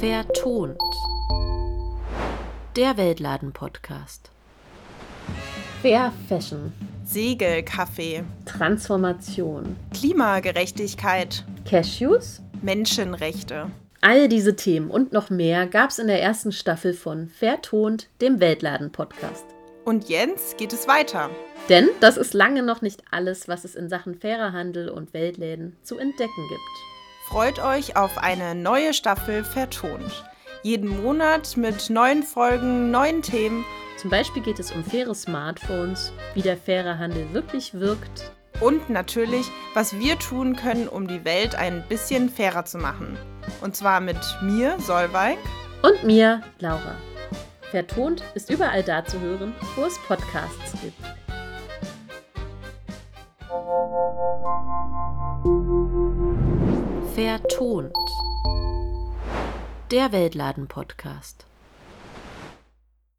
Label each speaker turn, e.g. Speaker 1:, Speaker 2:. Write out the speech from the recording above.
Speaker 1: Vertont. Der Weltladen-Podcast. Fair Fashion.
Speaker 2: Segelkaffee,
Speaker 1: Transformation.
Speaker 2: Klimagerechtigkeit,
Speaker 1: Cashews?
Speaker 2: Menschenrechte.
Speaker 1: All diese Themen und noch mehr gab's in der ersten Staffel von Vertont, dem Weltladen-Podcast.
Speaker 2: Und Jens geht es weiter.
Speaker 1: Denn das ist lange noch nicht alles, was es in Sachen fairer Handel und Weltläden zu entdecken gibt.
Speaker 2: Freut euch auf eine neue Staffel vertont. Jeden Monat mit neuen Folgen, neuen Themen
Speaker 1: Zum Beispiel geht es um faire Smartphones, wie der faire Handel wirklich wirkt.
Speaker 2: und natürlich, was wir tun können, um die Welt ein bisschen fairer zu machen. Und zwar mit mir, Solveig.
Speaker 1: Und mir, Laura. Vertont ist überall da zu hören, wo es Podcasts gibt. Vertont. Der Weltladen-Podcast.